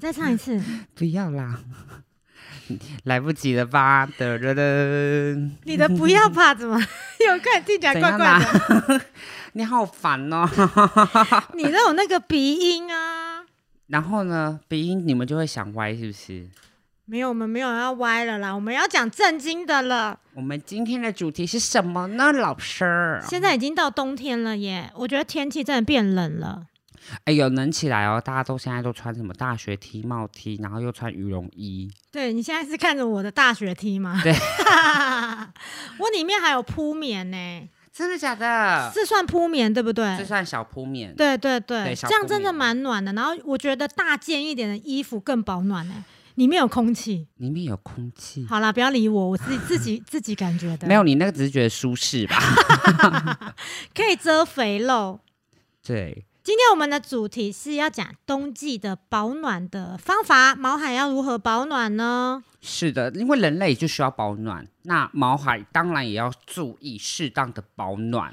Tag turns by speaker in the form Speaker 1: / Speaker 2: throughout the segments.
Speaker 1: 再唱一次。
Speaker 2: 不要啦， 来不及了吧？的人人，
Speaker 1: 你的不要吧？怎么 又看听起来
Speaker 2: 怎
Speaker 1: 怪哎
Speaker 2: 样
Speaker 1: 怪
Speaker 2: 啦
Speaker 1: 的？？
Speaker 2: 你好烦哦。
Speaker 1: 你都有那个鼻音啊？
Speaker 2: 然后呢，鼻音你们就会想歪，是不是？
Speaker 1: 没有，我们没有要歪了啦，我们要讲正经的了。
Speaker 2: 我们今天的主题是什么呢，老师？
Speaker 1: 现在已经到冬天了耶，我觉得天气真的变冷了。
Speaker 2: 哎有冷起来哦，大家都现在都穿什么大学 T 帽 T，然后又穿羽绒衣，
Speaker 1: 对你现在是看着我的大雪梯吗？
Speaker 2: 对，
Speaker 1: 我里面还有铺棉呢、
Speaker 2: 真的假的？
Speaker 1: 是算铺棉对不
Speaker 2: 这
Speaker 1: 对？
Speaker 2: 算小铺面。
Speaker 1: 对对对，
Speaker 2: 对小
Speaker 1: 这
Speaker 2: 铺
Speaker 1: 样真的
Speaker 2: 棉
Speaker 1: 蛮暖的。然后我觉得大件一点的衣服更保暖呢、里面有空气。
Speaker 2: 里面有空气。
Speaker 1: 好啦，不要理我，我自己自己自己感觉的。
Speaker 2: 没有，你那个只是觉得舒适吧？
Speaker 1: 可以遮肥肉。
Speaker 2: 对，
Speaker 1: 今天我们的主题是要讲冬季的保暖的方法，毛海要如何保暖呢？
Speaker 2: 是的，因为人类就需要保暖，那毛海当然也要注意适当的保暖。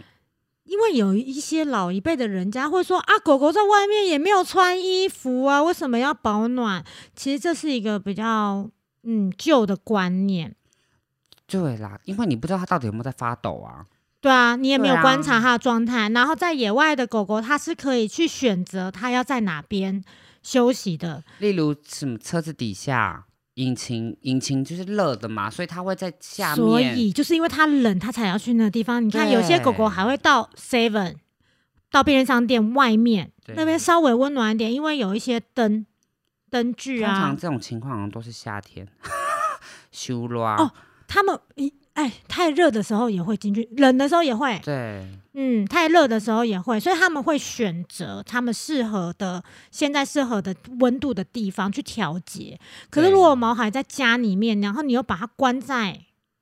Speaker 1: 因为有一些老一辈的人家会说啊，狗狗在外面也没有穿衣服啊，为什么要保暖？其实这是一个比较嗯旧的观念。
Speaker 2: 对啦，因为你不知道它到底有没有在发抖啊。
Speaker 1: 对啊，你也没有
Speaker 2: 对啊
Speaker 1: 观察它的状态。然后在野外的狗狗，它是可以去选择它要在哪边休息的。
Speaker 2: 例如什么车子底下引擎，引擎就是热的嘛，所以它会在下面。
Speaker 1: 所以就是因为它冷，它才要去那个地方。你看，
Speaker 2: 对
Speaker 1: 有些狗狗还会到 Seven，到便利商店外面
Speaker 2: 对
Speaker 1: 那边稍微温暖一点，因为有一些灯灯具
Speaker 2: 通
Speaker 1: 啊
Speaker 2: 常。这种情况好像都是夏天， 修罗、
Speaker 1: 哦他们一哎太热的时候也会进去，冷的时候也会，
Speaker 2: 对，
Speaker 1: 嗯，太热的时候也会，所以他们会选择他们适合的现在适合的温度的地方去调节。可是
Speaker 2: 对
Speaker 1: 如果毛孩在家里面，然后你又把它关在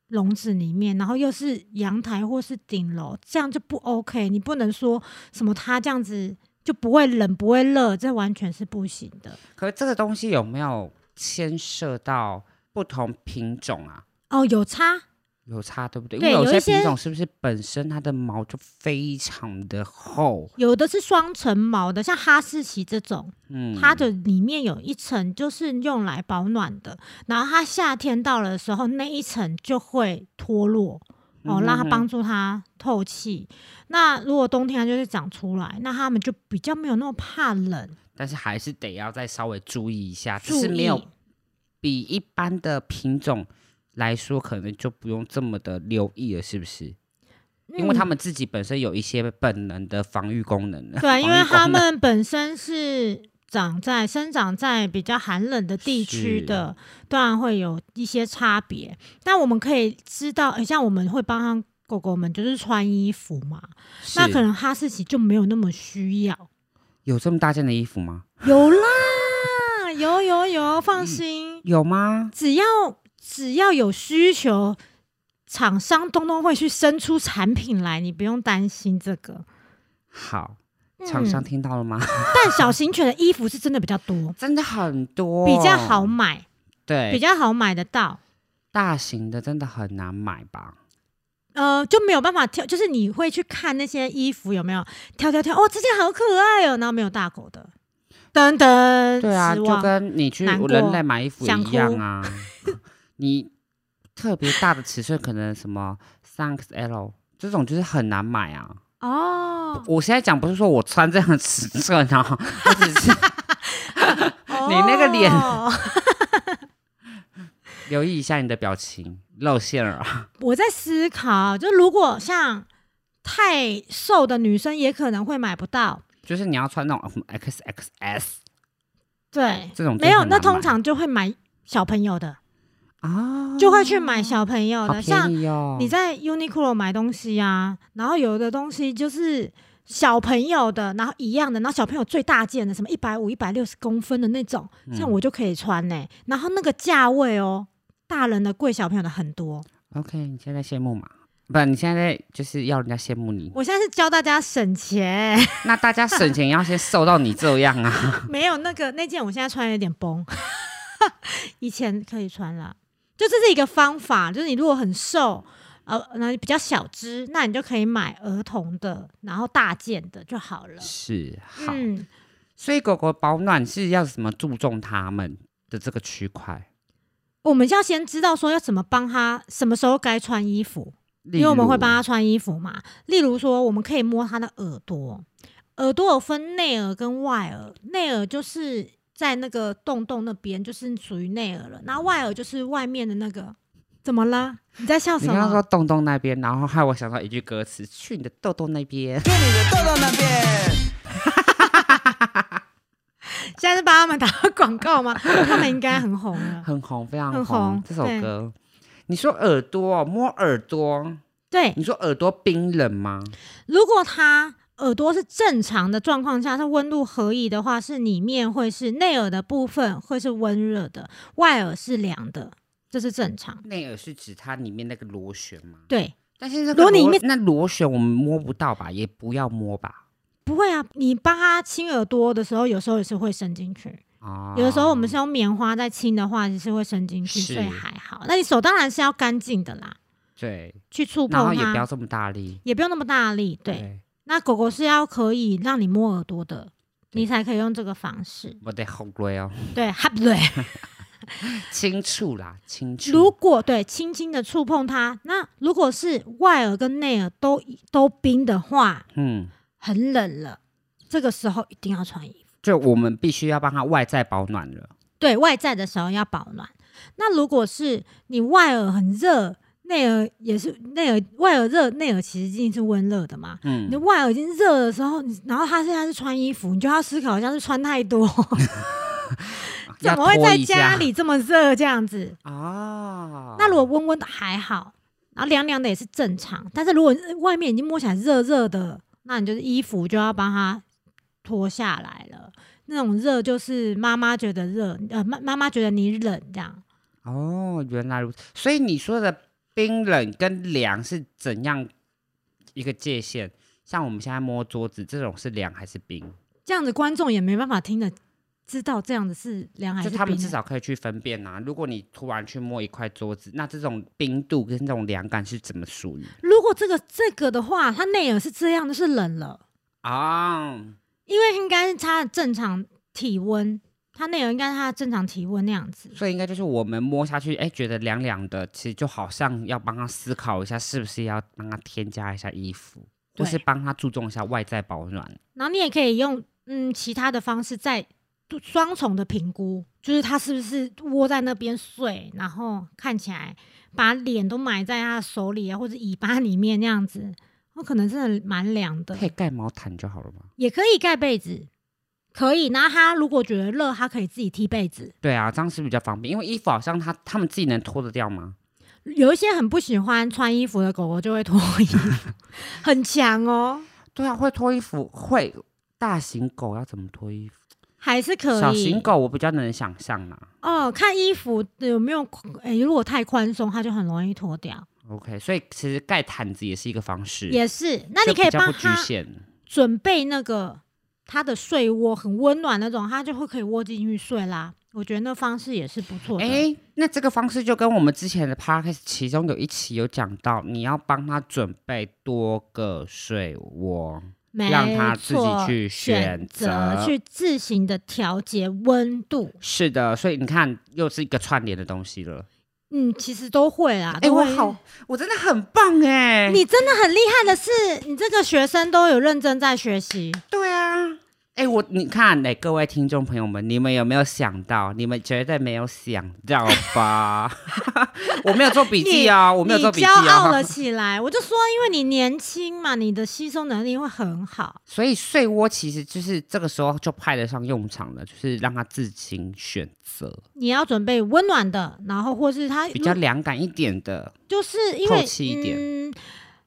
Speaker 1: 笼子里面，然后又是阳台或是顶楼，这样就不 OK。你不能说什么它这样子就不会冷不会热，这完全是不行的。
Speaker 2: 可是这个东西有没有牵涉到不同品种啊？
Speaker 1: 哦，有差，
Speaker 2: 有差对不对？
Speaker 1: 对
Speaker 2: 因为
Speaker 1: 有一
Speaker 2: 些
Speaker 1: 些
Speaker 2: 品种是不是本身它的毛就非常的厚？
Speaker 1: 有的是双层毛的，像哈士奇这种。
Speaker 2: 嗯，
Speaker 1: 它的里面有一层就是用来保暖的，然后它夏天到了的时候，那一层就会脱落，哦，让它
Speaker 2: 嗯哼
Speaker 1: 帮助它透气。那如果冬天它就是长出来，那它们就比较没有那么怕冷，
Speaker 2: 但是还是得要再稍微注意一下，啊只
Speaker 1: 注
Speaker 2: 是
Speaker 1: 意。
Speaker 2: 没有比一般的品种来说，可能就不用这么的留意了，是不是？因为它
Speaker 1: 嗯、
Speaker 2: 们自己本身有一些本能的防御功能了。
Speaker 1: 对，因
Speaker 2: 防
Speaker 1: 为
Speaker 2: 御功
Speaker 1: 它
Speaker 2: 能
Speaker 1: 们本身是。长在生长在比较寒冷的地区
Speaker 2: 是
Speaker 1: 的，当然会有一些差别。但我们可以知道，呃像我们会帮狗狗们就是穿衣服嘛，那
Speaker 2: 是
Speaker 1: 可能哈士奇就没有那么需要。
Speaker 2: 有这么大件的衣服吗？
Speaker 1: 有啦，有有有，放心，
Speaker 2: 有吗？
Speaker 1: 只要只要有需求，厂商东东会去生出产品来，你不用担心这个。
Speaker 2: 好，厂商
Speaker 1: 嗯，
Speaker 2: 听到了吗？
Speaker 1: 但小型犬的衣服是真的比较多，
Speaker 2: 真的很多，
Speaker 1: 比较好。买，
Speaker 2: 对，
Speaker 1: 比较好买得到。
Speaker 2: 大型的真的很难买吧？
Speaker 1: 呃，就没有办法挑，就是你会去看那些衣服有没有挑挑挑，哦，这件好可爱哦，然后没有大狗的，等等，
Speaker 2: 对
Speaker 1: 失
Speaker 2: 啊，就
Speaker 1: 望
Speaker 2: 跟你去
Speaker 1: 难过
Speaker 2: 人类买衣服也
Speaker 1: 想
Speaker 2: 一样啊。 你特别大的尺寸，可能什么三 XL 这种就是很难买啊。
Speaker 1: 哦，
Speaker 2: 我现在讲不是说我穿这样的尺寸啊，我只 是你那个脸
Speaker 1: 哦
Speaker 2: 留意一下你的表情露馅了啊。
Speaker 1: 我在思考，就如果像太瘦的女生也可能会买不到，
Speaker 2: 就是你要穿那种什么 XXS
Speaker 1: 对，
Speaker 2: 这种真的
Speaker 1: 没有，
Speaker 2: 很
Speaker 1: 那
Speaker 2: 难买
Speaker 1: 通常就会买小朋友的，
Speaker 2: 啊，
Speaker 1: 就会去买小朋友
Speaker 2: 好
Speaker 1: 哦的，像
Speaker 2: 便宜哦。
Speaker 1: 你在 Uniqlo 买东西啊，然后有的东西就是。小朋友的，然后一样的，然后小朋友最大件的，什么一百五、一百六十公分的那种，
Speaker 2: 嗯
Speaker 1: 像我就可以穿呢、然后那个价位哦，大人的贵，小朋友的很多。
Speaker 2: OK，你现在羡慕嘛？不，你现在就是要人家羡慕你。
Speaker 1: 我现在是教大家省钱，
Speaker 2: 那大家省钱要先瘦到你这样啊。
Speaker 1: 没有那个那件，我现在穿有点崩， 以前可以穿啦。就这是一个方法，就是你如果很瘦，呃，那你比较小只，那你就可以买儿童的，然后大件的就好了。
Speaker 2: 是好，
Speaker 1: 嗯，
Speaker 2: 所以狗狗保暖是要怎么注重它们的这个区块？
Speaker 1: 我们就要先知道说要怎么帮它，什么时候该穿衣服，
Speaker 2: 因
Speaker 1: 因为我们会帮它穿衣服嘛。例如说，我们可以摸它的耳朵，耳朵有分内耳跟外耳，内耳就是在那个洞洞那边，就是属于内耳了，然后外耳就是外面的那个。怎么了？你在笑
Speaker 2: 你
Speaker 1: 什
Speaker 2: 刚刚说
Speaker 1: 么？
Speaker 2: 洞洞那边，然后害我想到一句歌词：“去你的痘痘那边。
Speaker 3: 去你的豆豆那边。
Speaker 1: 现在是帮他们打广告吗？他们应该很红”了。
Speaker 2: 很红，非常
Speaker 1: 很红
Speaker 2: 这首
Speaker 1: 对
Speaker 2: 歌。你说耳朵摸耳朵，
Speaker 1: 对，
Speaker 2: 你说耳朵冰冷吗？
Speaker 1: 如果它耳朵是正常的状况下，它温度合宜的话，是里面会是内耳的部分会是温热的，外耳是凉的，这是正常。
Speaker 2: 内耳是指它里面那个螺旋吗？
Speaker 1: 对，
Speaker 2: 但是那
Speaker 1: 如
Speaker 2: 个
Speaker 1: 果你
Speaker 2: 螺
Speaker 1: 面
Speaker 2: 那螺旋我们摸不到吧，也不要摸吧。
Speaker 1: 不会啊，你帮它清耳朵的时候，有时候也是会伸进去，
Speaker 2: 啊，
Speaker 1: 有的时候我们是用棉花在清的话，也是会伸进去，
Speaker 2: 是
Speaker 1: 所以还好。那你手当然是要干净的啦，
Speaker 2: 对，
Speaker 1: 去触
Speaker 2: 然后
Speaker 1: 碰
Speaker 2: 也不要
Speaker 1: 它。
Speaker 2: 这么大力。
Speaker 1: 也不用那么大力，对。，那狗狗是要可以让你摸耳朵的，
Speaker 2: 对
Speaker 1: 你才可以用这个方 式。
Speaker 2: 我得红瑞哦，
Speaker 1: 对，哈不对？
Speaker 2: 轻触啦，轻触。
Speaker 1: 如果对轻轻的触碰它，那如果是外耳跟内耳都都冰的话，
Speaker 2: 嗯，
Speaker 1: 很冷了，这个时候一定要穿衣服。
Speaker 2: 就我们必须要帮它外在保暖了。
Speaker 1: 对外在的时候要保暖。那如果是你外耳很热，内耳也是内耳外耳热，内耳其实一定是温热的嘛。
Speaker 2: 嗯
Speaker 1: 你的，外耳已经热的时候，你然后它现在是穿衣服，你就要思考一下是穿太 多，怎
Speaker 2: 要
Speaker 1: 么会
Speaker 2: 脱
Speaker 1: 在
Speaker 2: 一
Speaker 1: 家
Speaker 2: 下
Speaker 1: 里这么热这样子？
Speaker 2: 啊？
Speaker 1: 那如果温温的还好，然后凉凉的也是正常。但是如果外面已经摸起来热热的，那你就是衣服就要帮它脱下来了。那种热就是妈妈觉得热，呃，妈妈妈觉得你冷这样。
Speaker 2: 哦，原来如此。所以你说的冰冷跟凉是怎样一个界限？像我们现在摸桌子，这种是凉还是冰？
Speaker 1: 这样子观众也没办法听得知道这样子是凉还
Speaker 2: 就是他们
Speaker 1: 冰
Speaker 2: 至
Speaker 1: 的。
Speaker 2: 少可以去分辨啊。如果你突然去摸一块桌子，那这种冰度跟这种凉感是怎么属于
Speaker 1: 如果这个这个的话，它内耳是这样的，是冷了，
Speaker 2: 啊？
Speaker 1: 因为应该是它的正常体温，它内耳应该是它的正常体温那样子。
Speaker 2: 所以应该就是我们摸下去，哎、觉得凉凉的，其实就好像要帮他思考一下，是不是要帮他添加一下衣服，或
Speaker 1: 对
Speaker 2: 是帮他注重一下外在保暖。
Speaker 1: 然后你也可以用嗯其他的方式再做双重的评估，就是它是不是窝在那边睡，然后看起来把脸都埋在它的手里啊或者尾巴里面那样子，我可能真的蛮凉的
Speaker 2: 可，以盖毛毯就好了嘛。
Speaker 1: 也可以盖被子。可以，那它如果觉得热，它可以自己踢被子。
Speaker 2: 对啊，这样是不是比较方便，因为衣服好像他他们自己能脱得掉吗？
Speaker 1: 有一些很不喜欢穿衣服的狗狗就会脱衣 服，很强哦，
Speaker 2: 对啊，会脱衣服，会大型狗要怎么脱衣服？
Speaker 1: 还是可以。
Speaker 2: 小型狗我比较能想象啦。
Speaker 1: 哦，看衣服有没有，诶、如果太宽松，它就很容易脱掉。
Speaker 2: OK，所以其实盖毯子也是一个方式，
Speaker 1: 也是，那你
Speaker 2: 就
Speaker 1: 可以
Speaker 2: 比较
Speaker 1: 帮
Speaker 2: 不局
Speaker 1: 他
Speaker 2: 限。
Speaker 1: 准备那个他的睡窝，很温暖那种，他就会可以窝进去睡啦。我觉得那方式也是不错的。
Speaker 2: 哎、那这个方式就跟我们之前的 podcast 其中有一期有讲到，你要帮他准备多个睡窝，
Speaker 1: 没
Speaker 2: 让他自己
Speaker 1: 错
Speaker 2: 去
Speaker 1: 选
Speaker 2: 选择
Speaker 1: 去自行的调节温度。
Speaker 2: 是的，所以你看又是一个串联的东西了。
Speaker 1: 嗯，其实都会啦。
Speaker 2: 哎、
Speaker 1: 都
Speaker 2: 我
Speaker 1: 会
Speaker 2: 好，，我真的很棒哎、
Speaker 1: 你真的很厉害的是，你这个学生都有认真在学习。
Speaker 2: 对啊，哎、我你看，哎、各位听众朋友们，你们有没有想到？你们绝对没有想到 吧？我没有做笔记啊，我没有
Speaker 1: 你
Speaker 2: 做笔记
Speaker 1: 骄傲了
Speaker 2: 啊。
Speaker 1: 起来，我就说，因为你年轻嘛，你的吸收能力会很好。
Speaker 2: 所以睡窝其实就是这个时候就派得上用场了，就是让他自行选择
Speaker 1: 你要准备温暖的，然后或是他
Speaker 2: 比较凉感一点的，
Speaker 1: 就是因为
Speaker 2: 透气一点
Speaker 1: 嗯，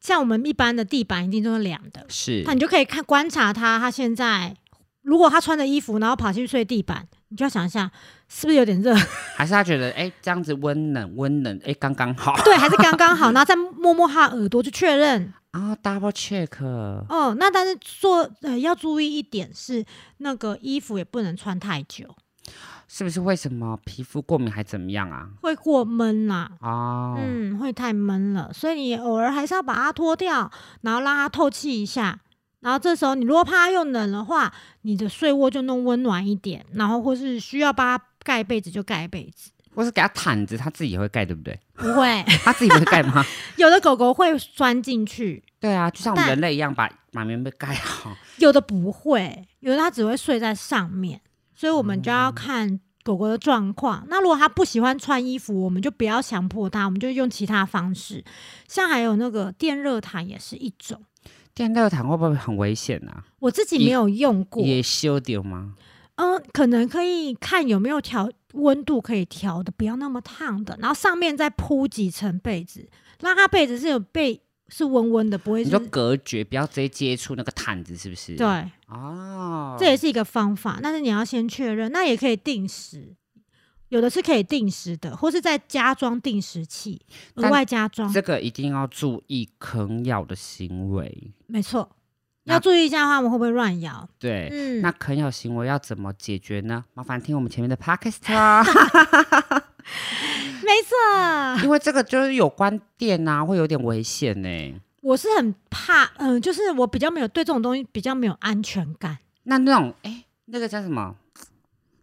Speaker 1: 像我们一般的地板一定都是凉的，
Speaker 2: 是
Speaker 1: 那你就可以看观察它，它现在如果它穿着衣服，然后跑去睡地板，你就要想一下是不是有点热，
Speaker 2: 还是他觉得哎、这样子温冷温冷哎刚刚好
Speaker 1: 对，还是刚刚好，然后再摸摸它的耳朵去确认。
Speaker 2: 啊、d o u b l e check
Speaker 1: 哦，那但是做呃要注意一点是，那个衣服也不能穿太久，
Speaker 2: 是不是为什么皮肤过敏还怎么样啊？
Speaker 1: 会过闷啦、嗯
Speaker 2: 哦，
Speaker 1: 嗯，会太闷了，所以你偶尔还是要把它脱掉，然后让它透气一下。然后这时候你如果怕它又冷的话，你的睡窝就弄温暖一点，然后或是需要帮它盖被子就盖被子。
Speaker 2: 或是给它毯子，它自己也会盖，对不 对？
Speaker 1: 不会，
Speaker 2: 它自己不会盖吗？
Speaker 1: 有的狗狗会钻进去，
Speaker 2: 对啊，就像我们
Speaker 1: 但
Speaker 2: 人类一样，把把棉被盖好。
Speaker 1: 有的不会，有的它只会睡在上面，所以我们就
Speaker 2: 嗯
Speaker 1: 要看狗狗的状况。那如果它不喜欢穿衣服，我们就不要强迫它，我们就用其他方式，像还有那个电热毯也是一种。
Speaker 2: 电热毯会不会很危险啊？
Speaker 1: 我自己没有用过，
Speaker 2: 也修掉吗？
Speaker 1: 嗯，可能可以看有没有调温度可以调的，不要那么烫的，然后上面再铺几层被子，让它被子是有被是温温的，不会
Speaker 2: 你
Speaker 1: 是
Speaker 2: 说啊隔绝，不要直接接触那个毯子，是不是？。
Speaker 1: 对，
Speaker 2: 哦，
Speaker 1: 这也是一个方法，但是你要先确认。那也可以定时，有的是可以定时的，或是再加装定时器，额
Speaker 2: 但
Speaker 1: 外加装
Speaker 2: 这，个一定要注意啃咬的行为。
Speaker 1: 没错。
Speaker 2: 那
Speaker 1: 要注意一下，它们会不会乱咬？
Speaker 2: 对，
Speaker 1: 嗯，
Speaker 2: 那啃咬行为要怎么解决呢？麻烦听我们前面的 podcast 啊，
Speaker 1: 没错，
Speaker 2: 因为这个就是有关电啊，会有点危险呢、
Speaker 1: 我是很怕，嗯、就是我比较没有对这种东西比较没有安全感。
Speaker 2: 那那种哎、那个叫什么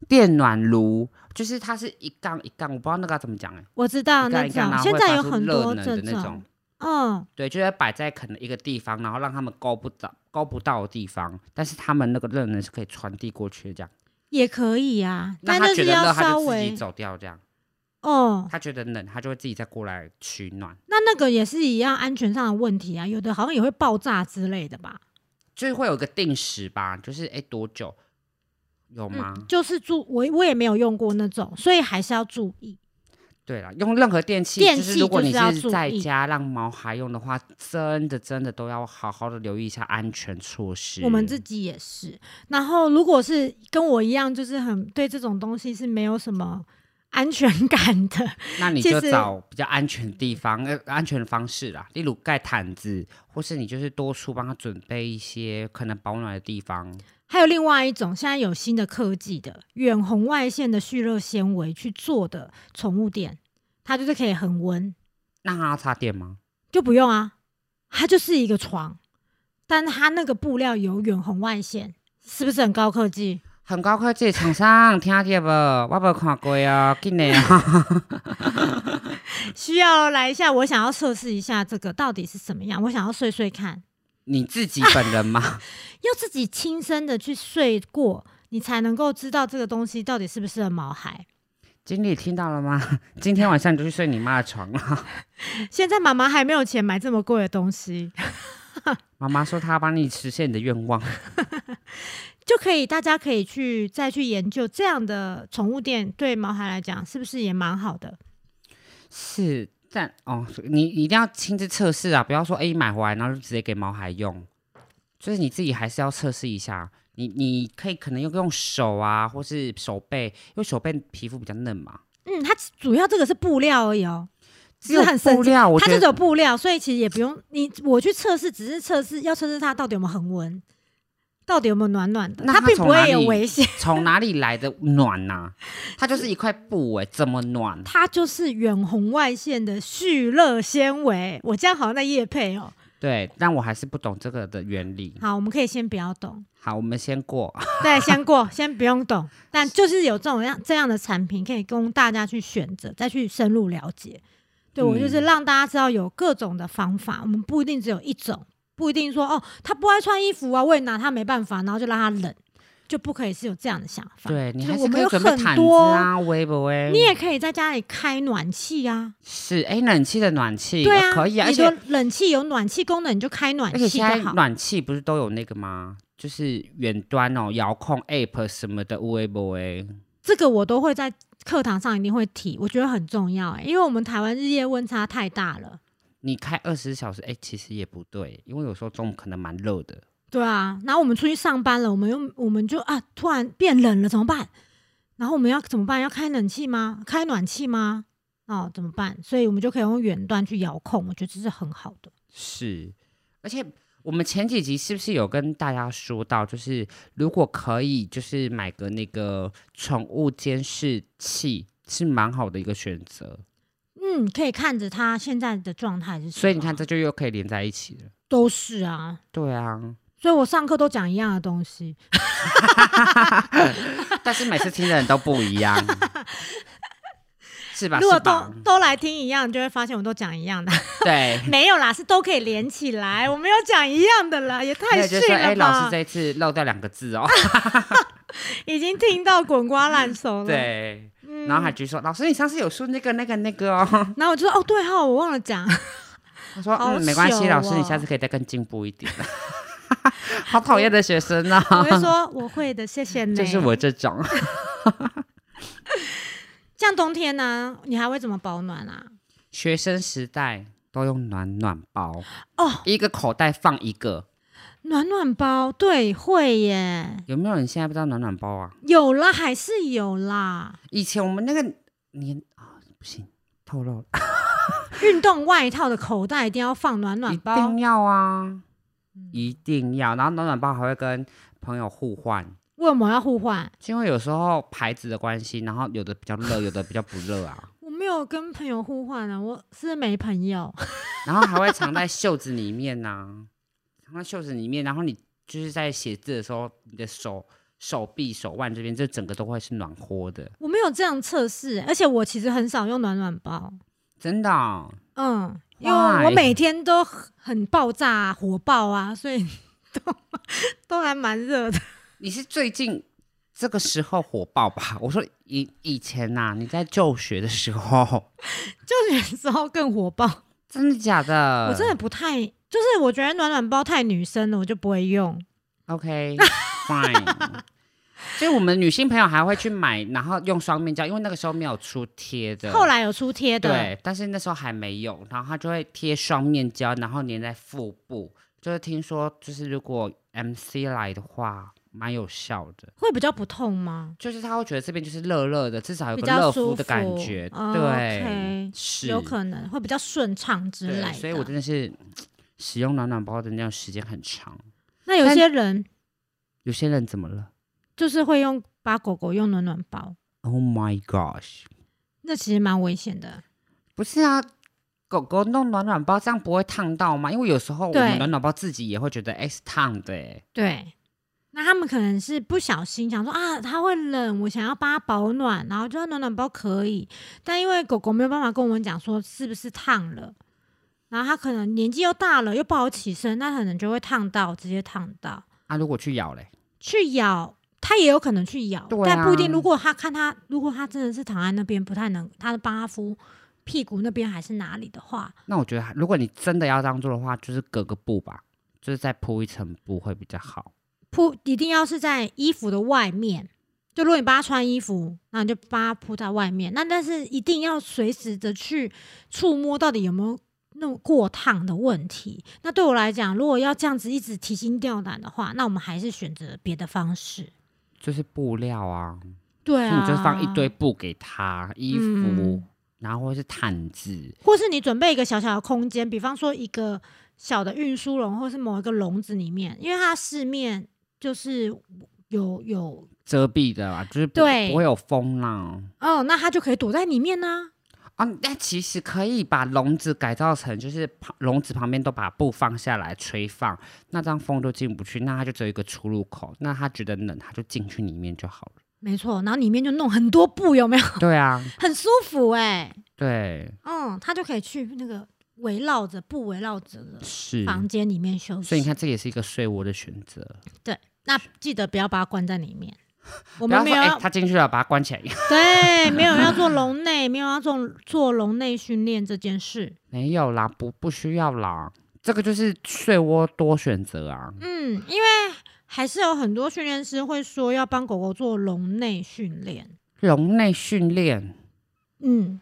Speaker 2: 电暖炉，就是它是一杠一杠，我不知道那个要怎么讲哎、
Speaker 1: 我知道
Speaker 2: 一
Speaker 1: 啊那
Speaker 2: 杠一杠，
Speaker 1: 种，
Speaker 2: 然后
Speaker 1: 现
Speaker 2: 会
Speaker 1: 在
Speaker 2: 发
Speaker 1: 有
Speaker 2: 出
Speaker 1: 很
Speaker 2: 热
Speaker 1: 多
Speaker 2: 能
Speaker 1: 这
Speaker 2: 的那种。
Speaker 1: 嗯，
Speaker 2: 对，就要摆在可能一个地方，然后让他们勾不着、勾不到的地方，但是他们那个热能是可以传递过去的，这样。
Speaker 1: 也可以啊，
Speaker 2: 那
Speaker 1: 但
Speaker 2: 他
Speaker 1: 就
Speaker 2: 觉
Speaker 1: 是
Speaker 2: 得热，
Speaker 1: 要
Speaker 2: 他
Speaker 1: 稍
Speaker 2: 就自己
Speaker 1: 微
Speaker 2: 走掉，这样。
Speaker 1: 哦，
Speaker 2: 他觉得冷，他就会自己再过来取暖，
Speaker 1: 那那个也是一样安全上的问题啊，有的好像也会爆炸之类的吧。
Speaker 2: 就是会有一个定时吧，就是哎多久有吗？
Speaker 1: 嗯，就是注我我也没有用过那种，所以还是要注意。
Speaker 2: 对了，用任何电器，
Speaker 1: 电
Speaker 2: 就是
Speaker 1: 器
Speaker 2: 如果
Speaker 1: 就
Speaker 2: 你
Speaker 1: 是要
Speaker 2: 是
Speaker 1: 注
Speaker 2: 在
Speaker 1: 意
Speaker 2: 家让毛孩用的话，真的真的都要好好的留意一下安全措施。
Speaker 1: 我们自己也是。然后如果是跟我一样，就是很对这种东西是没有什么安全感的，
Speaker 2: 那你
Speaker 1: 其
Speaker 2: 就
Speaker 1: 实
Speaker 2: 找比较安全的地方，呃，安全的方式啦，例如盖毯子，或是你就是多出帮他准备一些可能保暖的地方。
Speaker 1: 还有另外一种，现在有新的科技的远红外线的蓄热纤维去做的宠物垫，它就是可以恒温，
Speaker 2: 那他要插电吗？
Speaker 1: 就不用啊，它就是一个床，但它那个布料有远红外线，是不是很高科技？
Speaker 2: 很高科技厂商， 听见不？我没看过啊，紧的啊！
Speaker 1: 需要来一下，我想要测试一下这个到底是什么样，我想要睡睡看，
Speaker 2: 你自己本人吗？
Speaker 1: 要自己亲身的去睡过，你才能够知道这个东西到底适不适合毛孩。
Speaker 2: 经理听到了吗？ 今天晚上你就去睡你妈的床了。
Speaker 1: 现在妈妈还没有钱买这么贵的东西，
Speaker 2: 妈妈说她要帮你实现你的愿望。
Speaker 1: 就可以，大家可以去再去研究这样的宠物店对毛孩来讲是不是也蛮好的？
Speaker 2: 是，但哦，你你一定要亲自测试啊，不要说哎、诶买回来然后就直接给毛孩用，就是你自己还是要测试一下。啊你你可以可能用用手啊，或是手背，因为手背皮肤比较嫩嘛，
Speaker 1: 嗯，它主要这个是布料而已哦，
Speaker 2: 只
Speaker 1: 是
Speaker 2: 有
Speaker 1: 很
Speaker 2: 布
Speaker 1: 神奇。
Speaker 2: 料，我
Speaker 1: 它
Speaker 2: 觉
Speaker 1: 就只
Speaker 2: 得
Speaker 1: 有布料，所以其实也不用你我去测试，只是测试要测试它到底有没有恒温，到底有没有暖暖的，
Speaker 2: 那
Speaker 1: 它
Speaker 2: 它
Speaker 1: 并
Speaker 2: 从
Speaker 1: 不
Speaker 2: 哪
Speaker 1: 会有
Speaker 2: 里
Speaker 1: 危险，
Speaker 2: 从哪里来的 暖呐、它就是一块布哎、怎么暖？
Speaker 1: 它就是远红外线的蓄热纤维。我这样好像在夜配哦。
Speaker 2: 对，但我还是不懂这个的原理。
Speaker 1: 好，我们可以先不要懂，
Speaker 2: 好，我们先过。
Speaker 1: 对，先 过，先不用懂。但就是有这种样这样的产品，可以供大家去选择，再去深入了解。对我就是
Speaker 2: 嗯
Speaker 1: 让大家知道有各种的方法，我们不一定只有一种，不一定说哦，他不爱穿衣服啊，我也拿他没办法，然后就让他冷，就不可以是有这样的想法。
Speaker 2: 对你
Speaker 1: 就是
Speaker 2: 还
Speaker 1: 我
Speaker 2: 是
Speaker 1: 们
Speaker 2: 可以
Speaker 1: 有
Speaker 2: 准备
Speaker 1: 很
Speaker 2: 毯子
Speaker 1: 多，
Speaker 2: 啊，围不围？
Speaker 1: 你也可以在家里开暖气啊。
Speaker 2: 是哎、冷气的暖气，
Speaker 1: 对啊，
Speaker 2: 可以啊，而
Speaker 1: 你
Speaker 2: 且
Speaker 1: 说冷气有暖气功能，你就开暖
Speaker 2: 而且
Speaker 1: 气
Speaker 2: 现
Speaker 1: 就
Speaker 2: 在
Speaker 1: 好。
Speaker 2: 暖气不是都有那个吗？就是远端哦，遥控 App 什么的，微博哎，
Speaker 1: 这个我都会在课堂上一定会提，我觉得很重要、欸，因为我们台湾日夜温差太大了。
Speaker 2: 你开二十小时，哎、其实也不对，因为有时候中午可能蛮热的。
Speaker 1: 对啊，然后我们出去上班了，我们又我们就啊，突然变冷了，怎么办？然后我们要怎么办？要开冷气吗？开暖气吗？哦，怎么办？所以我们就可以用远端去遥控，我觉得这是很好的。
Speaker 2: 是，而且我们前几集是不是有跟大家说到，就是如果可以，就是买个那个宠物监视器是蛮好的一个选择。
Speaker 1: 嗯，可以看着它现在的状态是什么。
Speaker 2: 所以你看，这就又可以连在一起了。
Speaker 1: 都是啊，
Speaker 2: 对啊，
Speaker 1: 所以我上课都讲一样的东西。
Speaker 2: 但是每次听的人都不一样， 是吧？
Speaker 1: 如果
Speaker 2: 是
Speaker 1: 都
Speaker 2: 吧？
Speaker 1: 都来听一样，你就会发现我都讲一样的。
Speaker 2: 对。
Speaker 1: 没有啦，是都可以连起来。我没有讲一样的啦，也
Speaker 2: 那
Speaker 1: 太
Speaker 2: 就
Speaker 1: 逊
Speaker 2: 说，哎、
Speaker 1: 了
Speaker 2: 老师
Speaker 1: 吧！
Speaker 2: 这一次漏掉两个字 哦。
Speaker 1: 已经听到滚瓜烂熟了。，
Speaker 2: 对，
Speaker 1: 嗯
Speaker 2: 然后还继续说，老师，你上次有说那个、那个、那个哦。
Speaker 1: 然后我就说哦，对哈、我忘了 讲。
Speaker 2: 他说，
Speaker 1: 好
Speaker 2: 嗯，没关系，
Speaker 1: 糗
Speaker 2: 老师，你
Speaker 1: 哦
Speaker 2: 下次可以再更进步一点。 好讨厌的学生啊！
Speaker 1: 我会说我会的，谢谢你。
Speaker 2: 就是我这种，
Speaker 1: 像冬天呢、你还会怎么保暖啊？
Speaker 2: 学生时代都用暖暖包，
Speaker 1: 哦，
Speaker 2: 一个口袋放一个。
Speaker 1: 暖暖包，对，会耶，
Speaker 2: 有没有人现在不知道暖暖包啊？
Speaker 1: 有啦，还是有啦。
Speaker 2: 以前我们那个年啊，不行，透露了，
Speaker 1: 运动外套的口袋一定要放暖暖
Speaker 2: 一
Speaker 1: 包嗯
Speaker 2: 定，要啊，一定要。然后暖暖包还会跟朋友互换。
Speaker 1: 为什么要互换？
Speaker 2: 是因为有时候牌子的关系，然后有的比较热，有的比较不 热啊，
Speaker 1: 我没有跟朋友互换啊，我是没朋友。
Speaker 2: 然后还会藏在袖子里面呐、藏在袖子里面，然后你就是在写字的时候，你的手、手臂、手腕这边，这整个都会是暖和的，
Speaker 1: 我没有这样测试，而且我其实很少用暖暖包，
Speaker 2: 真的哦、
Speaker 1: 嗯，因为
Speaker 2: Why？
Speaker 1: 我每天都很爆炸、啊、火爆啊，所以 都都还蛮热的。
Speaker 2: 你是最近这个时候火爆吧？我说以以前呐、你在就学的时候，
Speaker 1: 就有时候更火爆，
Speaker 2: 真的假的？
Speaker 1: 我真的不太，就是我觉得暖暖包太女生了，我就不会用。
Speaker 2: OK fine。所以我们女性朋友还会去买，然后用双面胶，因为那个时候没有出贴的。
Speaker 1: 后来有出贴的，
Speaker 2: 对，但是那时候还没有，然后他就会贴双面胶，然后粘在腹部。就是听说，就是如果 MC 来的话，蛮有效的。
Speaker 1: 会比较不痛吗？
Speaker 2: 就是他会觉得这边就是热热的，至少有
Speaker 1: 比
Speaker 2: 个
Speaker 1: 较
Speaker 2: 热
Speaker 1: 舒
Speaker 2: 敷的感
Speaker 1: 服
Speaker 2: 觉。
Speaker 1: 哦
Speaker 2: 对
Speaker 1: OK，
Speaker 2: 是
Speaker 1: 有可能会比较顺畅之
Speaker 2: 对
Speaker 1: 类的。
Speaker 2: 所以我真的是使用暖暖包的那种时间很长。
Speaker 1: 那有些人
Speaker 2: 有些人怎么了
Speaker 1: 就是会用把狗狗用暖暖包，
Speaker 2: ？Oh my gosh！
Speaker 1: 那其实蛮危险的。
Speaker 2: 不是啊，狗狗弄暖暖包这样不会烫到吗？因为有时候我
Speaker 1: 对
Speaker 2: 们暖暖包自己也会觉得哎、是烫的、欸，
Speaker 1: 对，那他们可能是不小心想说啊，它会冷，我想要帮它保暖，然后就要暖暖包可以，但因为狗狗没有办法跟我们讲说是不是烫了，然后它可能年纪又大了，又不好起身，那可能就会烫到，直接烫到
Speaker 2: 啊，如果去咬嘞，
Speaker 1: 去咬。它也有可能去咬，
Speaker 2: 对啊
Speaker 1: 但不一定。如果它看它，如果它真的是躺在那边不太能，它帮它敷屁股那边还是哪里的话，
Speaker 2: 那我觉得如果你真的要这样做的话，就是隔个布吧，就是再铺一层布会比较好。
Speaker 1: 铺一定要是在衣服的外面。就如果你帮他穿衣服，那你就帮他铺在外面。那但是一定要随时的去触摸到底有没有那种过烫的问题。那对我来讲，如果要这样子一直提心吊胆的话，那我们还是选择别的方式。
Speaker 2: 就是布料啊，
Speaker 1: 对
Speaker 2: 那、
Speaker 1: 啊，
Speaker 2: 你就放一堆，布给它，衣服，
Speaker 1: 嗯
Speaker 2: 然后或是毯子，
Speaker 1: 或是你准备一个小小的空间，比方说一个小的运输笼，或是某一个笼子里面，因为它四面就是有有
Speaker 2: 遮蔽的啦，就是不
Speaker 1: 对
Speaker 2: 不会有风啦。
Speaker 1: 哦，那它就可以躲在里面呢、
Speaker 2: 啊，那其实可以把笼子改造成，就是旁笼子旁边都把布放下来吹放，那这样风都进不去，那它就只有一个出入口。那它觉得冷，它就进去里面就好了。
Speaker 1: 没错，然后里面就弄很多布，有 没有？
Speaker 2: 对啊，
Speaker 1: 很舒服哎、
Speaker 2: 对，
Speaker 1: 嗯，它就可以去那个围绕着布围绕着的
Speaker 2: 是。
Speaker 1: 房间里面休息。
Speaker 2: 所以你看，，这也是一个睡窝的选择。
Speaker 1: 对，那记得不要把它关在里面。我
Speaker 2: 我
Speaker 1: 们没有要、
Speaker 2: 他进去了，把哎它关起来。
Speaker 1: 对，没有要做笼内，没有要做做笼内训练这件事。
Speaker 2: 没有啦，不不需要啦。这个就是睡窝多选择啊。
Speaker 1: 嗯，因为还是有很多训练师会说要帮狗狗做笼内训练。
Speaker 2: 笼内训练，
Speaker 1: 嗯，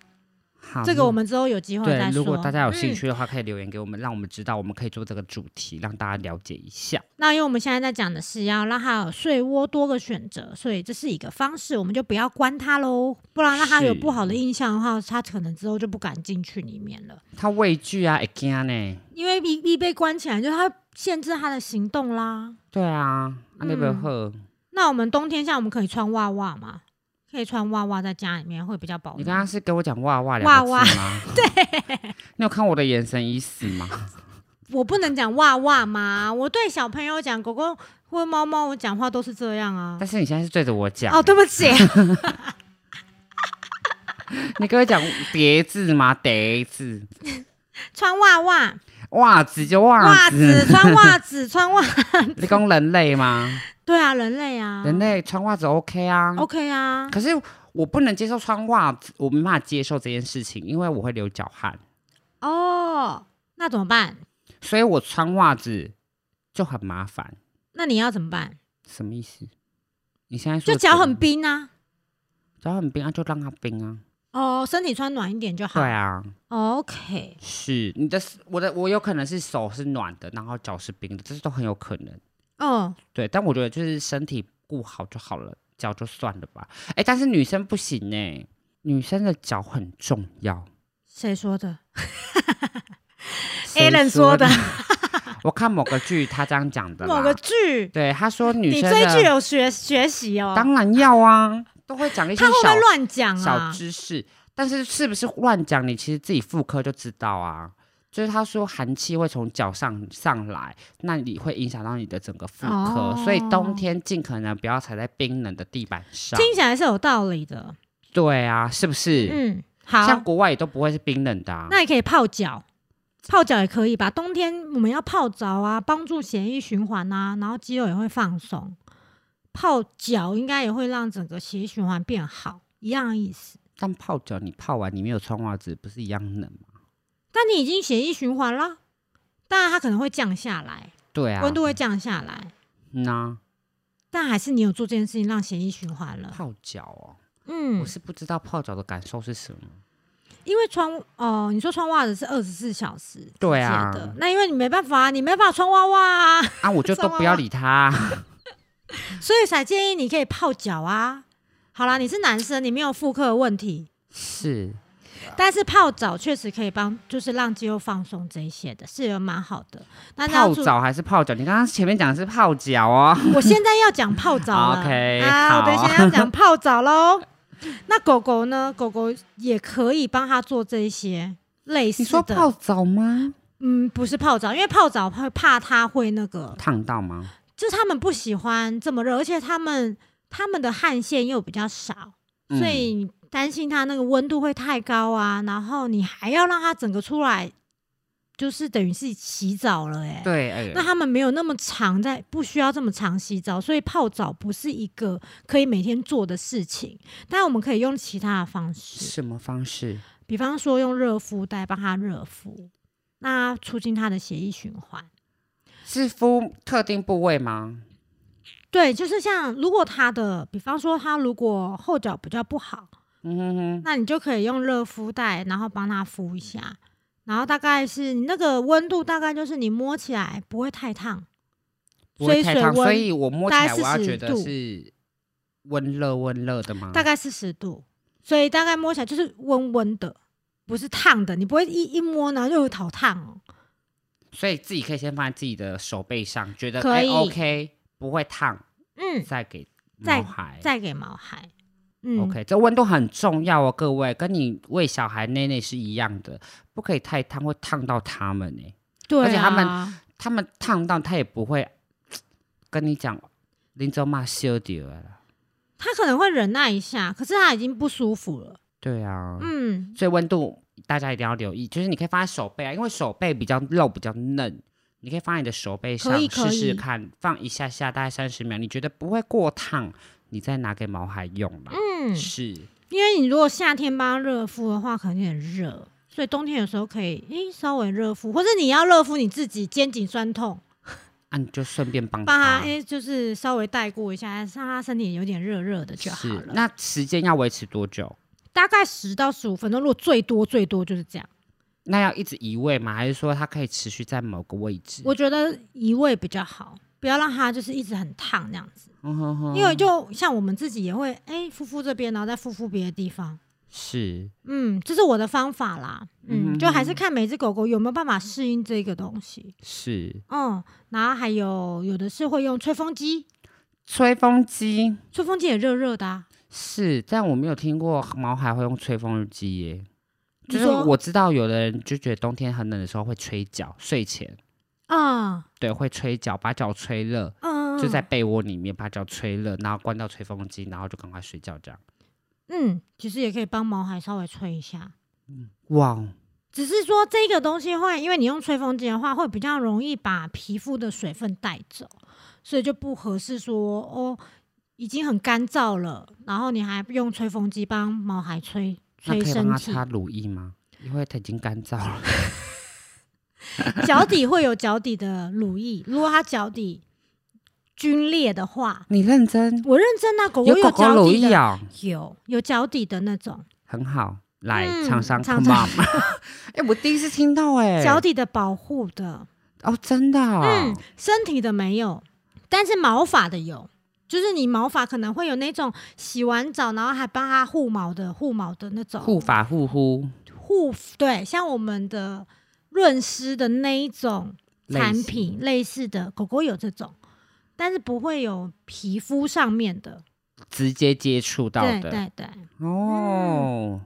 Speaker 2: 好，
Speaker 1: 这个我们之后有机会
Speaker 2: 对，
Speaker 1: 再说。
Speaker 2: 如果大家有兴
Speaker 1: 嗯
Speaker 2: 趣的话，可以留言给我们，让我们知道，我们可以做这个主题，让大家了解一下。
Speaker 1: 那因为我们现在在讲的是要让它有睡窝多个选择，所以这是一个方式，我们就不要关它喽，不然让它有
Speaker 2: 是
Speaker 1: 不好的印象的话，它可能之后就不敢进去里面了，
Speaker 2: 他畏惧啊，会惊呢？
Speaker 1: 因为一一被关起来，就是它限制它的行动啦。
Speaker 2: 对啊，啊那边
Speaker 1: 嗯
Speaker 2: 喝，
Speaker 1: 那我们冬天像我们可以穿袜袜嘛，可以穿袜袜在家里面会比较保
Speaker 2: 你刚刚
Speaker 1: 暖。
Speaker 2: 是跟我讲哇哇
Speaker 1: 哇
Speaker 2: 两个
Speaker 1: 哇
Speaker 2: 字吗？对，你有看我的眼神已死吗？
Speaker 1: 我不能讲哇哇嘛，我对小朋友讲狗狗或猫猫，我讲话都是这样啊。
Speaker 2: 但是你现在是对着我讲，
Speaker 1: 哦，对不 起，
Speaker 2: 你跟我讲叠字吗？叠字，
Speaker 1: 穿袜袜，
Speaker 2: 袜子就袜
Speaker 1: 袜
Speaker 2: 子，
Speaker 1: 子穿袜子穿袜，
Speaker 2: 你讲人类吗？
Speaker 1: 对啊，人类啊，
Speaker 2: 人类穿袜子 OK 啊
Speaker 1: OK 啊，
Speaker 2: 可是我不能接受穿袜子，我没办法接受这件事情，因为我会流脚汗，
Speaker 1: 哦，那怎么办？
Speaker 2: 所以我穿袜子就很麻烦。
Speaker 1: 那你要怎么办？
Speaker 2: 什么意思？你现在说
Speaker 1: 就脚
Speaker 2: 怎
Speaker 1: 很
Speaker 2: 么
Speaker 1: 冰啊，
Speaker 2: 脚很冰啊，就让它冰啊。
Speaker 1: 哦，身体穿暖一点就好。
Speaker 2: 对啊，
Speaker 1: OK，
Speaker 2: 是你的我的我有可能是手是暖的，然后脚是冰的，这都很有可能。
Speaker 1: 哦，
Speaker 2: 对，但我觉得就是身体顾好就好了，脚就算了吧。哎，但是女生不行哎、女生的脚很重要。
Speaker 1: 谁说的？
Speaker 2: 谁
Speaker 1: Alan 说的，
Speaker 2: 我看某个剧他这样讲的啦。
Speaker 1: 某个剧，
Speaker 2: 对他说女
Speaker 1: 你
Speaker 2: 生
Speaker 1: 追剧
Speaker 2: 的
Speaker 1: 有学学习哦？
Speaker 2: 当然要啊，都会讲一些
Speaker 1: 他会不
Speaker 2: 小
Speaker 1: 会乱讲
Speaker 2: 小
Speaker 1: 啊？
Speaker 2: 知识，但是是不是乱讲，你其实自己复刻就知道啊。就是他说寒气会从脚上上来，那你会影响到你的整个妇科，所以冬天尽可能不要踩在冰冷的地板
Speaker 1: 哦
Speaker 2: 上。
Speaker 1: 听起来是有道理的。
Speaker 2: 对啊，是不是？
Speaker 1: 嗯，
Speaker 2: 像
Speaker 1: 好，
Speaker 2: 国外也都不会是冰冷的、啊。
Speaker 1: 那也可以泡脚，泡脚也可以吧？冬天我们要泡澡啊，帮助血液循环啊，然后肌肉也会放松。泡脚应该也会让整个血液循环变好，一样的意思。
Speaker 2: 但泡脚你泡完，你没有穿袜子，不是一样冷吗？
Speaker 1: 但你已经血液循环了，当然它可能会降下来，
Speaker 2: 对啊，
Speaker 1: 温度会降下来，
Speaker 2: 嗯啊，
Speaker 1: 但还是你有做这件事情让血液循环了。
Speaker 2: 泡脚哦，
Speaker 1: 嗯
Speaker 2: 我，是不知道泡脚的感受是什么。
Speaker 1: 因为穿哦、你说穿袜子是二十四小时，
Speaker 2: 对啊
Speaker 1: 的，那因为你没办法，啊你没办法穿袜袜啊，
Speaker 2: 啊，我就都不要理他啊、
Speaker 1: 所以才建议你可以泡脚啊。好啦，你是男生，你没有妇科的问题，
Speaker 2: 是，啊
Speaker 1: 但是泡澡确实可以帮，就是让肌肉放松这一些的，是有蛮好的。那
Speaker 2: 泡
Speaker 1: 注，
Speaker 2: 澡还是泡脚？你刚刚前面讲的是泡 脚哦。
Speaker 1: 我现在要讲泡澡了
Speaker 2: OK，
Speaker 1: 啊，
Speaker 2: 好
Speaker 1: 我等一下要讲泡澡喽。那狗狗呢？狗狗也可以帮它做这一些类似
Speaker 2: 你说
Speaker 1: 的，
Speaker 2: 泡澡吗？
Speaker 1: 嗯，不是泡澡，因为泡澡会怕它会那个，
Speaker 2: 烫到吗？
Speaker 1: 就是他们不喜欢这么热，而且他们他们的汗腺又比较少，
Speaker 2: 嗯
Speaker 1: 所以你担心它那个温度会太高啊，然后你还要让它整个出来，就是等于是洗澡了哎、
Speaker 2: 对，哎
Speaker 1: 那他们没有那么长在，不需要这么长洗澡，所以泡澡不是一个可以每天做的事情。但我们可以用其他的方式，
Speaker 2: 什么方式？
Speaker 1: 比方说用热敷袋帮它热敷，那促进它的血液循环。
Speaker 2: 是敷特定部位吗？
Speaker 1: 对，就是像如果它的，比方说它如果后脚比较不好，
Speaker 2: 嗯哼哼，
Speaker 1: 那你就可以用热敷袋，然后帮它敷一下，然后大概是你那个温度大概就是你摸起来不会太烫，
Speaker 2: 不会
Speaker 1: 追
Speaker 2: 太
Speaker 1: 水
Speaker 2: 烫，所
Speaker 1: 温
Speaker 2: 以我摸起
Speaker 1: 大
Speaker 2: 来
Speaker 1: 概
Speaker 2: 我要
Speaker 1: 40
Speaker 2: 觉得
Speaker 1: 度
Speaker 2: 是温热温热的吗？
Speaker 1: 大概四十度，所以大概摸起来就是温温的，不是烫的，你不会一一摸然后就有头烫哦。
Speaker 2: 所以自己可以先放在自己的手背上，觉得
Speaker 1: 可
Speaker 2: 哎
Speaker 1: 以
Speaker 2: OK，不会烫，
Speaker 1: 嗯，
Speaker 2: 再给
Speaker 1: 再
Speaker 2: 毛孩。
Speaker 1: 再给毛孩，嗯
Speaker 2: OK，这温度很重要哦，各位，跟你喂小孩奶奶是一样的，不可以太烫，会烫到他们哎、
Speaker 1: 对、啊，
Speaker 2: 而且他们他们烫到他也不会跟你讲，林州骂修掉了。
Speaker 1: 他可能会忍耐一下，可是他已经不舒服了。
Speaker 2: 对啊，
Speaker 1: 嗯，
Speaker 2: 所以温度大家一定要留意，就是你可以放在手背啊，因为手背比较肉比较嫩，你可以放在你的手背上
Speaker 1: 可以可
Speaker 2: 试
Speaker 1: 以
Speaker 2: 试看，放一下下大概三十秒，你觉得不会过烫，你再拿给毛孩用啦。
Speaker 1: 嗯
Speaker 2: 是，
Speaker 1: 因为你如果夏天帮它热敷的话，可能有点热，所以冬天有时候可以诶稍微热敷，或者你要热敷你自己肩颈酸痛，
Speaker 2: 啊，你就顺便帮
Speaker 1: 帮哎它
Speaker 2: 他。
Speaker 1: 诶就是稍微带过一下，让它身体有点热热的就好
Speaker 2: 是，
Speaker 1: 了。
Speaker 2: 那时间要维持多久？
Speaker 1: 大概十到十五分钟，如果最多最多就是这样。
Speaker 2: 那要一直移位吗？还是说它可以持续在某个位置？
Speaker 1: 我觉得移位比较好，不要让它就是一直很烫那样子，
Speaker 2: 嗯哼哼
Speaker 1: 因为就像我们自己也会诶敷敷这边，然后再敷敷别的地方。
Speaker 2: 是
Speaker 1: 嗯，这是我的方法啦。嗯，就还是看每只狗狗有没有办法适应这个东西。
Speaker 2: 是
Speaker 1: 嗯，然后还有有的是会用吹风机，
Speaker 2: 吹风机
Speaker 1: 吹风机也热热的、啊。
Speaker 2: 是，但我没有听过毛孩会用吹风机耶。就
Speaker 1: 你
Speaker 2: 是
Speaker 1: 说
Speaker 2: 我知道有的人就觉得冬天很冷的时候会吹脚，睡前
Speaker 1: 嗯
Speaker 2: 对，会吹脚，把脚吹热，
Speaker 1: 嗯，
Speaker 2: 就在被窝里面把脚吹热，然后关掉吹风机，然后就赶快睡觉这样。
Speaker 1: 嗯，其实也可以帮毛孩稍微吹一下。
Speaker 2: 哇，哦
Speaker 1: 只是说这个东西会，因为你用吹风机的话，会比较容易把皮肤的水分带走，所以就不合适说哦，已经很干燥了，然后你还用吹风机帮毛孩吹
Speaker 2: 那
Speaker 1: 吹
Speaker 2: 可以帮
Speaker 1: 身
Speaker 2: 他
Speaker 1: 体，
Speaker 2: 擦乳液吗？因为它已经干燥了。
Speaker 1: 脚底会有脚底的乳液，如果他脚底皲裂的话，
Speaker 2: 你认真？
Speaker 1: 我认真啊，狗狗
Speaker 2: 狗狗
Speaker 1: 脚
Speaker 2: 乳
Speaker 1: 底
Speaker 2: 液
Speaker 1: 的，
Speaker 2: 哦，
Speaker 1: 有有脚底的那种
Speaker 2: 很好。来，
Speaker 1: 嗯
Speaker 2: 厂商
Speaker 1: 厂
Speaker 2: come on！哎， 我第一次听到哎，
Speaker 1: 脚底的保护的，
Speaker 2: 哦，真的哦，
Speaker 1: 嗯，身体的没有，但是毛发的有，就是你毛发可能会有那种洗完澡然后还帮它护毛的护毛的那种
Speaker 2: 护发护肤
Speaker 1: 护对，像我们的润湿的那一种
Speaker 2: 类
Speaker 1: 产
Speaker 2: 型
Speaker 1: 品类似的，狗狗有这种，但是不会有皮肤上面的，
Speaker 2: 直接接触到
Speaker 1: 对
Speaker 2: 的
Speaker 1: 对对，
Speaker 2: 哦。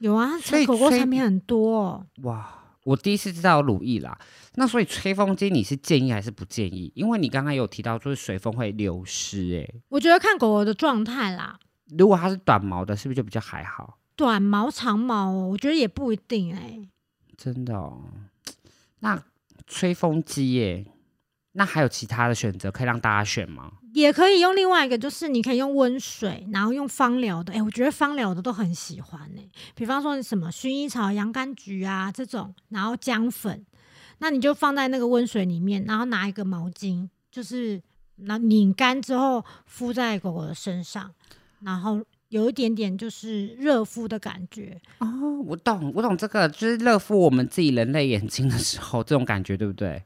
Speaker 1: 有啊，
Speaker 2: 所以
Speaker 1: 狗狗
Speaker 2: 吹
Speaker 1: 产品很多、哦。
Speaker 2: 哇，我第一次知道有乳液啦。那所以吹风机你是建议还是不建议？因为你刚刚有提到，就是水分会流失、欸，
Speaker 1: 我觉得看狗狗的状态啦，
Speaker 2: 如果它是短毛的，是不是就比较还好？
Speaker 1: 短毛长毛、哦，我觉得也不一定哎、
Speaker 2: 真的哦。那吹风机耶、那还有其他的选择可以让大家选吗？
Speaker 1: 也可以用另外一个，就是你可以用温水，然后用芳疗的。哎、我觉得芳疗的都很喜欢呢、比方说什么薰衣草、洋甘菊啊这种，然后姜粉，那你就放在那个温水里面，然后拿一个毛巾，就是那拧干之后敷在狗狗的身上，然后有一点点就是热敷的感觉。
Speaker 2: 哦，我懂，我懂这个，就是热敷我们自己人类眼睛的时候，这种感觉对不对？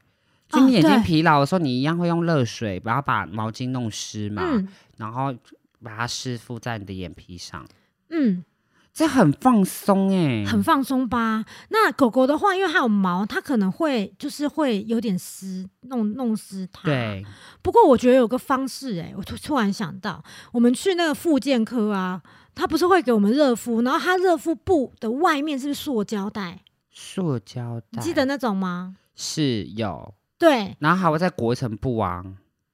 Speaker 2: 就
Speaker 1: 哦
Speaker 2: 你眼睛
Speaker 1: 对
Speaker 2: 疲劳的时候，你一样会用热水，然后把毛巾弄湿嘛，
Speaker 1: 嗯
Speaker 2: 然后把它湿敷在你的眼皮上。
Speaker 1: 嗯，
Speaker 2: 这很放松哎、
Speaker 1: 很放松吧？那狗狗的话，因为它有毛，它可能会就是会有点湿，弄弄湿它。
Speaker 2: 对，
Speaker 1: 不过我觉得有个方式、欸，哎，我突突然想到，我们去那个复健科啊，他不是会给我们热敷，然后他热敷布的外面是不是塑胶袋？
Speaker 2: 塑胶
Speaker 1: 你
Speaker 2: 袋
Speaker 1: 记得那种吗？
Speaker 2: 是有，
Speaker 1: 对
Speaker 2: 然后还会再裹一层布啊。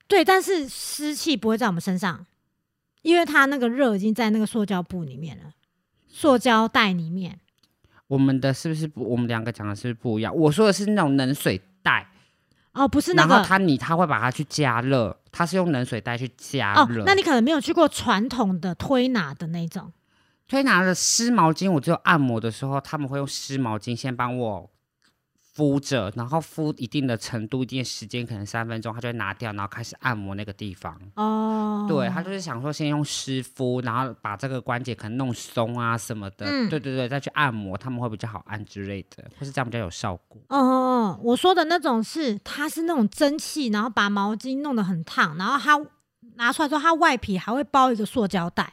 Speaker 1: 对，但是湿气不会在我们身上，因为它那个热已经在那个塑胶布里面了，塑胶袋里面。
Speaker 2: 我们的是不是不？我们两个讲的是不是不一样？我说的是那种冷水袋，
Speaker 1: 哦，不是那
Speaker 2: 然后
Speaker 1: 个
Speaker 2: 它你它会把它去加热，它是用冷水袋去加
Speaker 1: 哦
Speaker 2: 热。，
Speaker 1: 那你可能没有去过传统的推拿的那种。
Speaker 2: 推拿的湿毛巾，我只有按摩的时候，他们会用湿毛巾先帮我敷着，然后敷一定的程度、一定的时间，可能三分钟，他就会拿掉，然后开始按摩那个地方。
Speaker 1: 哦，
Speaker 2: 对他就是想说，先用湿敷，然后把这个关节可能弄松啊什么的，
Speaker 1: 嗯
Speaker 2: 对对对，再去按摩，他们会比较好按之类的，或是这样比较有效果。
Speaker 1: 哦哦，哦，我说的那种是，它是那种蒸汽，然后把毛巾弄得很烫，然后它拿出来之后，它外皮还会包一个塑胶袋，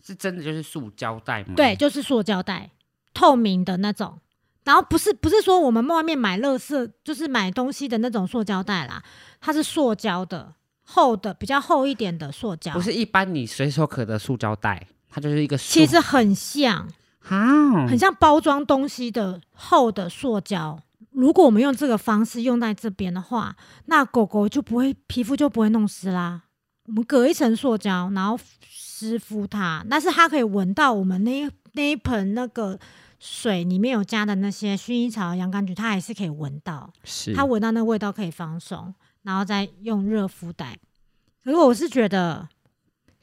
Speaker 2: 是真的就是塑胶袋吗？
Speaker 1: 对，，就是塑胶袋，透明的那种。然后不是不是说我们外面买乐色，就是买东西的那种塑胶袋啦，它是塑胶的，厚的，比较厚一点的塑胶，
Speaker 2: 不是一般你随手可得塑胶袋，它就是一个塑。
Speaker 1: 其实很像，
Speaker 2: 啊，
Speaker 1: 很像包装东西的厚的塑胶。如果我们用这个方式用在这边的话，那狗狗就不会皮肤就不会弄湿啦。我们隔一层塑胶，然后湿敷它，但是它可以闻到我们那一那一盆那个水里面有加的那些薰衣草、洋甘菊，它还是可以闻到。
Speaker 2: 是
Speaker 1: 它闻到那味道可以放松，然后再用热敷袋。可是我是觉得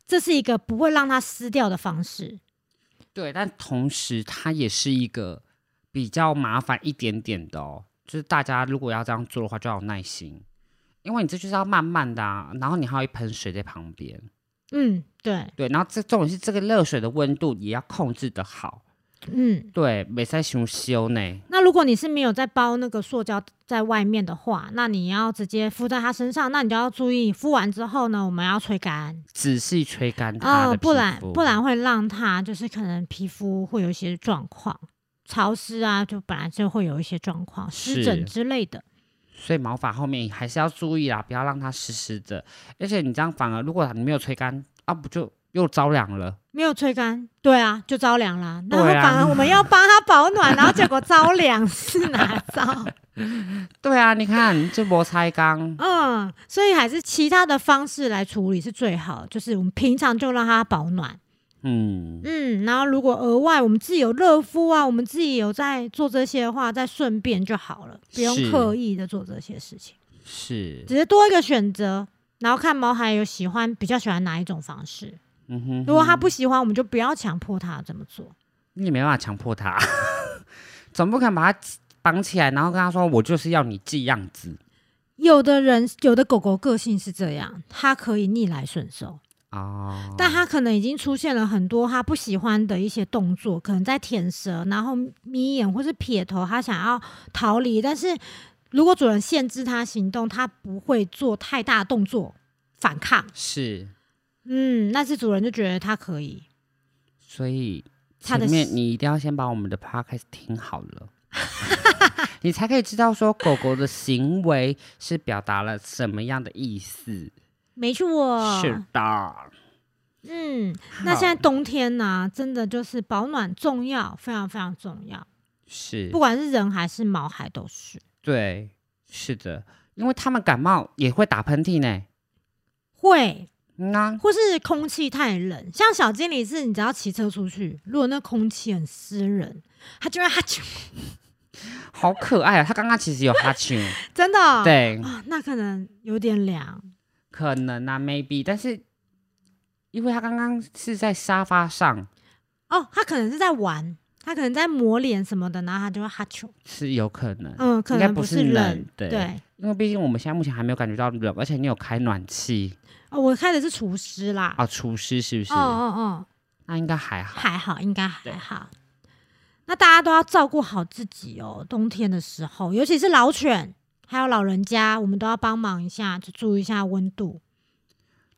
Speaker 1: 这是一个不会让它湿掉的方式。
Speaker 2: 对，但同时它也是一个比较麻烦一点点的哦，就是大家如果要这样做的话，就要有耐心，因为你这就是要慢慢的、啊，然后你还有一盆水在旁边。
Speaker 1: 嗯，对，
Speaker 2: 对，然后这重点是这个热水的温度也要控制的好，
Speaker 1: 嗯。
Speaker 2: 对，没在熊修呢。
Speaker 1: 那如果你是没有在包那个塑胶在外面的话，那你要直接敷在它身上，那你就要注意，敷完之后呢，我们要吹干
Speaker 2: 仔细吹干它
Speaker 1: 哦
Speaker 2: 的，皮肤、
Speaker 1: 不然不然会让它就是可能皮肤会有一些状况，潮湿啊，就本来就会有一些状况，湿
Speaker 2: 是
Speaker 1: 疹之类的。
Speaker 2: 所以毛发后面还是要注意啦，不要让它湿湿的。而且你这样反而，如果你没有吹干啊，不就又着凉了。
Speaker 1: 没有吹干，对啊，就着凉啦。然后
Speaker 2: 对啊
Speaker 1: 反而我们要帮他保暖，然后结果着凉是哪招？
Speaker 2: 对啊，你看这摩擦缸，
Speaker 1: 嗯，所以还是其他的方式来处理是最好，就是我们平常就让它保暖。
Speaker 2: 嗯，
Speaker 1: 嗯，然后如果额外我们自己有热敷啊，我们自己有在做这些的话，再顺便就好了，不用
Speaker 2: 是
Speaker 1: 刻意的做这些事情，
Speaker 2: 是，
Speaker 1: 只是多一个选择。然后看毛孩有喜欢比较喜欢哪一种方式，
Speaker 2: 嗯哼
Speaker 1: 如果他不喜欢，我们就不要强迫他这么做。
Speaker 2: 你也没办法强迫他， 总不可能把他绑起来，然后跟他说我就是要你这样子
Speaker 1: 有的人有的狗狗个性是这样，它可以逆来顺受，
Speaker 2: 哦。
Speaker 1: 但它可能已经出现了很多它不喜欢的一些动作，可能在舔舌，然后眯眼或是撇头，它想要逃离，但是如果主人限制它行动，它不会做太大动作反抗。
Speaker 2: 是，
Speaker 1: 嗯，那次主人就觉得它可以，
Speaker 2: 所以
Speaker 1: 他
Speaker 2: 前
Speaker 1: 的
Speaker 2: 面你一定要先把我们的 podcast 听好了。 你才可以知道说狗狗的行为是表达了什么样的意思。
Speaker 1: 没错，
Speaker 2: 是的，
Speaker 1: 嗯，那现在冬天呢、真的就是保暖重要，非常非常重要，
Speaker 2: 是
Speaker 1: 不管是人还是毛孩都是。
Speaker 2: 对，是的，因为他们感冒也会打喷嚏呢。
Speaker 1: 会，
Speaker 2: 嗯啊，
Speaker 1: 或是空气太冷，像小经理是，你只要骑车出去，如果那空气很湿冷，它就会 哈啾，
Speaker 2: 好可爱啊！他刚刚其实有 哈欠，
Speaker 1: 真的、哦，
Speaker 2: 对，
Speaker 1: 啊，那可能有点凉，
Speaker 2: 可能啊，maybe，但是因为他刚刚是在沙发上，
Speaker 1: 哦，它可能是在玩，它可能在抹脸什么的，然后它就会哈啾，
Speaker 2: 是有可能，
Speaker 1: 嗯，可
Speaker 2: 应该
Speaker 1: 能
Speaker 2: 不
Speaker 1: 是
Speaker 2: 冷，对，
Speaker 1: 对。
Speaker 2: 因为毕竟我们现在目前还没有感觉到冷，而且你有开暖气
Speaker 1: 哦，我开的是厨师啦，
Speaker 2: 啊，除湿是不是？
Speaker 1: 哦哦哦，
Speaker 2: 那应该还好，
Speaker 1: 还好，应该还
Speaker 2: 对
Speaker 1: 好。那大家都要照顾好自己哦，冬天的时候，尤其是老犬还有老人家，我们都要帮忙一下，就注意一下温度。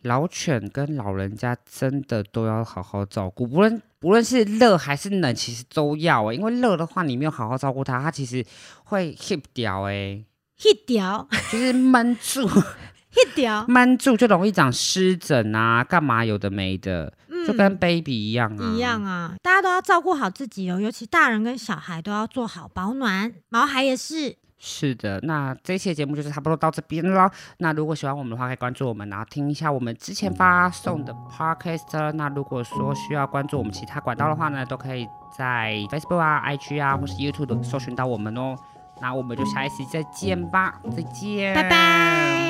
Speaker 2: 老犬跟老人家真的都要好好照顾，不论不论是热还是冷，其实都要哎、因为热的话你没有好好照顾它，它其实会 hip 掉哎、
Speaker 1: 一条
Speaker 2: 就是闷住，
Speaker 1: 一条，
Speaker 2: 闷住就容易长湿疹啊，干嘛有的没的，
Speaker 1: 嗯
Speaker 2: 就跟 baby 一样啊，
Speaker 1: 一样啊，大家都要照顾好自己哦，尤其大人跟小孩都要做好保暖，毛孩也是。
Speaker 2: 是的，那这期的节目就是差不多到这边了。那如果喜欢我们的话，可以关注我们，然后听一下我们之前发送的 podcast。那如果说需要关注我们其他管道的话呢，都可以在 Facebook 啊、IG 啊或是 YouTube 搜寻到我们哦。那我们就下一期再见吧，再见，
Speaker 1: 拜拜